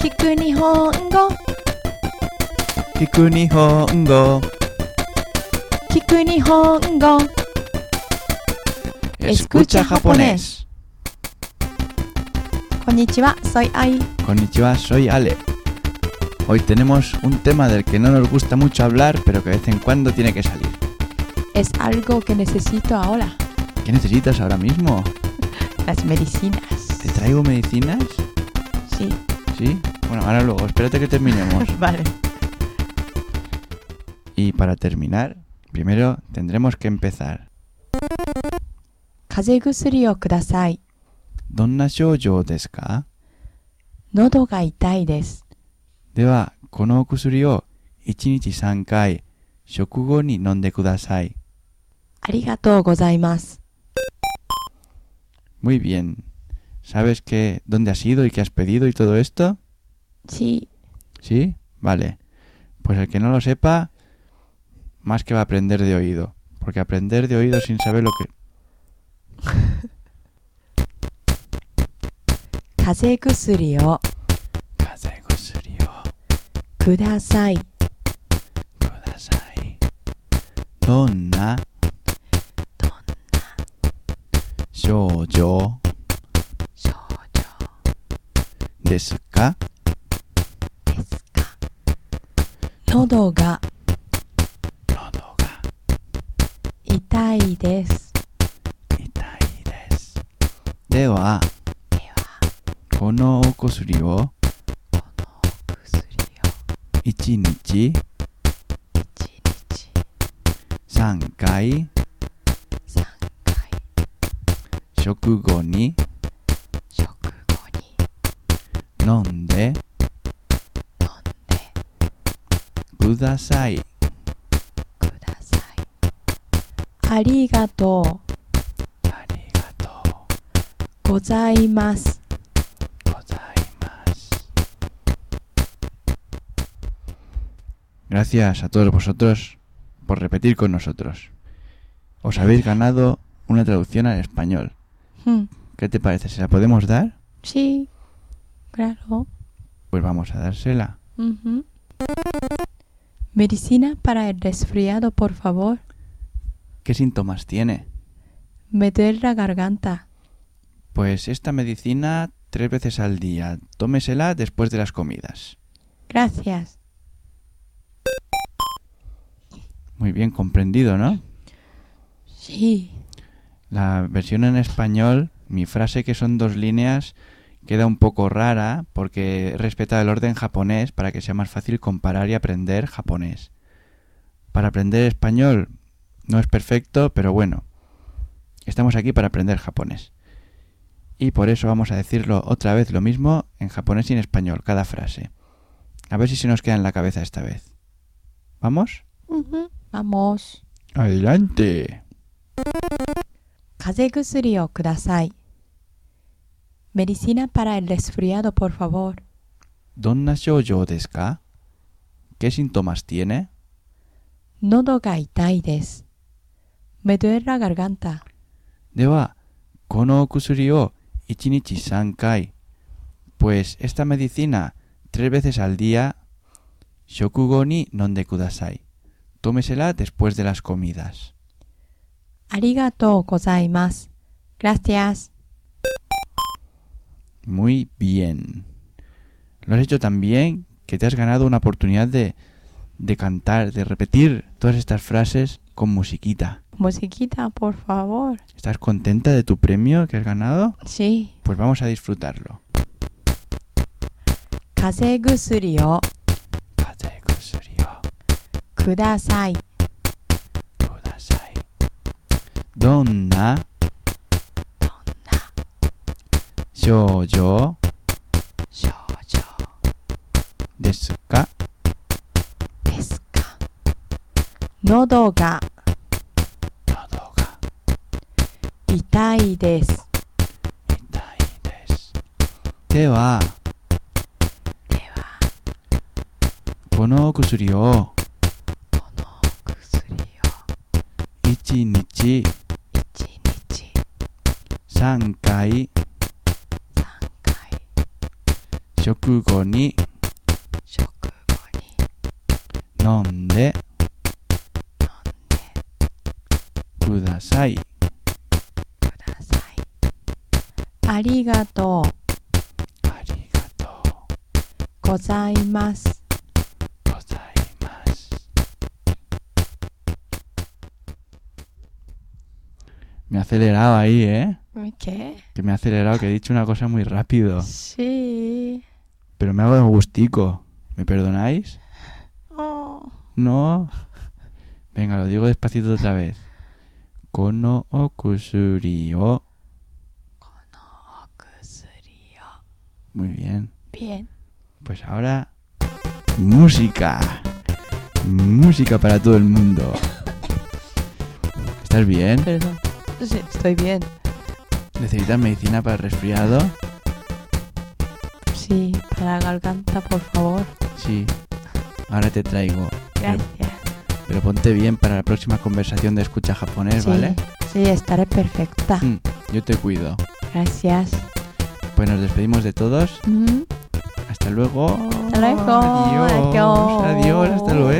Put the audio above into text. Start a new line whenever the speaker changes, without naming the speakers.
聞く日本語
聞く日本語
聞く日本語 Escucha japonés. こんにちはソイアイ
Konnichiwa, soy Ale. Hoy tenemos un tema del que no nos gusta mucho hablar, pero que de vez en cuando tiene que salir.
es algo que necesito ahora
¿Qué necesitas ahora mismo?
las medicinas
¿Te traigo medicinas?
sí
¿Sí? Bueno, ahora luego, espérate que terminemos.
vale
y para terminar, primero tendremos que empezar.
風邪薬をください
¿Donna shoujo desu ka?
喉が痛いです
では、このお薬を1日3回、食後に飲んでください。
ありがとうございます
Muy bien. ¿Sabes qué, dónde has ido y qué has pedido y todo esto?
し
¿Sí? Vale. Pues el que no lo sepa, más que va a aprender de oído. Porque aprender de oído sin saber lo que...
風邪薬を
Kazai kusuri o
ください
kudasai. Donna
どん
shoujo
症
desu ka?
状ですか喉が
Nodo ga
痛いです
itai desu.
で
Dewa,
は
kono o kusuri
この
o
お薬を
1日
1日
3回、
3回
食後に
食後に
飲ん
飲
で
んで
ください。
くださいありがと
ありがとう。
うございます
ございます。Gracias a todos vosotros por repetir con nosotros. Os habéis ganado una traducción al español.
うん
¿Qué te parece? ¿Se la podemos dar?
sí claro
Pues vamos a dársela.
ujú. medicina para el resfriado por favor
¿Qué síntomas tiene?
me duele la garganta
Pues esta medicina tres veces al día. Tómesela después de las comidas.
gracias
Muy bien comprendido, ¿no?
sí
La versión en español, mi frase que son dos líneas, queda un poco rara porque he respetado el orden japonés para que sea más fácil comparar y aprender japonés. Para aprender español no es perfecto, pero bueno, estamos aquí para aprender japonés. Y por eso vamos a decirlo otra vez lo mismo en japonés y en español, cada frase. A ver si se nos queda en la cabeza esta vez. ¿Vamos?
ujú. Mm-hmm. vamos
Adelante.
風邪薬をください medicina para el resfriado por favor
¿Donna shoujo desu ka? ¿Qué síntomas tiene?
喉が痛いです。メドゥエラガルガンタ。
では、このお薬を1日3回、pues esta medicina tres veces al día, 食後に飲んでください。Tómesela después de las comidas.
ありがとうございます。gracias。
Muy bien. Lo has hecho tan bien que te has ganado una oportunidad de, de cantar, de repetir todas estas frases con musiquita.
musiquita por favor。
¿Estás contenta de tu premio que has ganado?
sí。
Pues vamos a disfrutarlo.
風邪薬をください。
どんな
どんな
症状
症状
ですか
ですか喉が
喉が
痛いです。
痛いです。では、
では、
このお薬を
このお薬を
1
1
日
日
3回、
3回
Shokugo ni
食後に
nonde
飲んで
kudasai.
ください。ありがとう
Arigato
ございます。
gozaimasu. Me he acelerado ahí, ¿eh?
¿Qué?
Que me he acelerado, que he dicho una cosa muy rápido.
Sí.
Pero me hago de gustico. ¿Me perdonáis?
Oh.
No. Venga, lo digo despacito otra vez. Kono okusuri o.
このお薬を。
Muy bien.
Bien.
Pues ahora. Música. Música para todo el mundo. ¿Estás bien?
Perdón. Sí, estoy bien.
¿Necesitas medicina para el resfriado?
Sí, para la garganta, por favor.
Sí. Ahora te traigo. Pero,
Gracias.
pero ponte bien para la próxima conversación de escucha japonés,
sí,
¿vale?
sí, estaré perfecta.
Yo te cuido.
Gracias.
Pues nos despedimos de todos.
Mm.
Hasta luego.
luego.
Adiós.
Adiós.
Adiós. Hasta luego.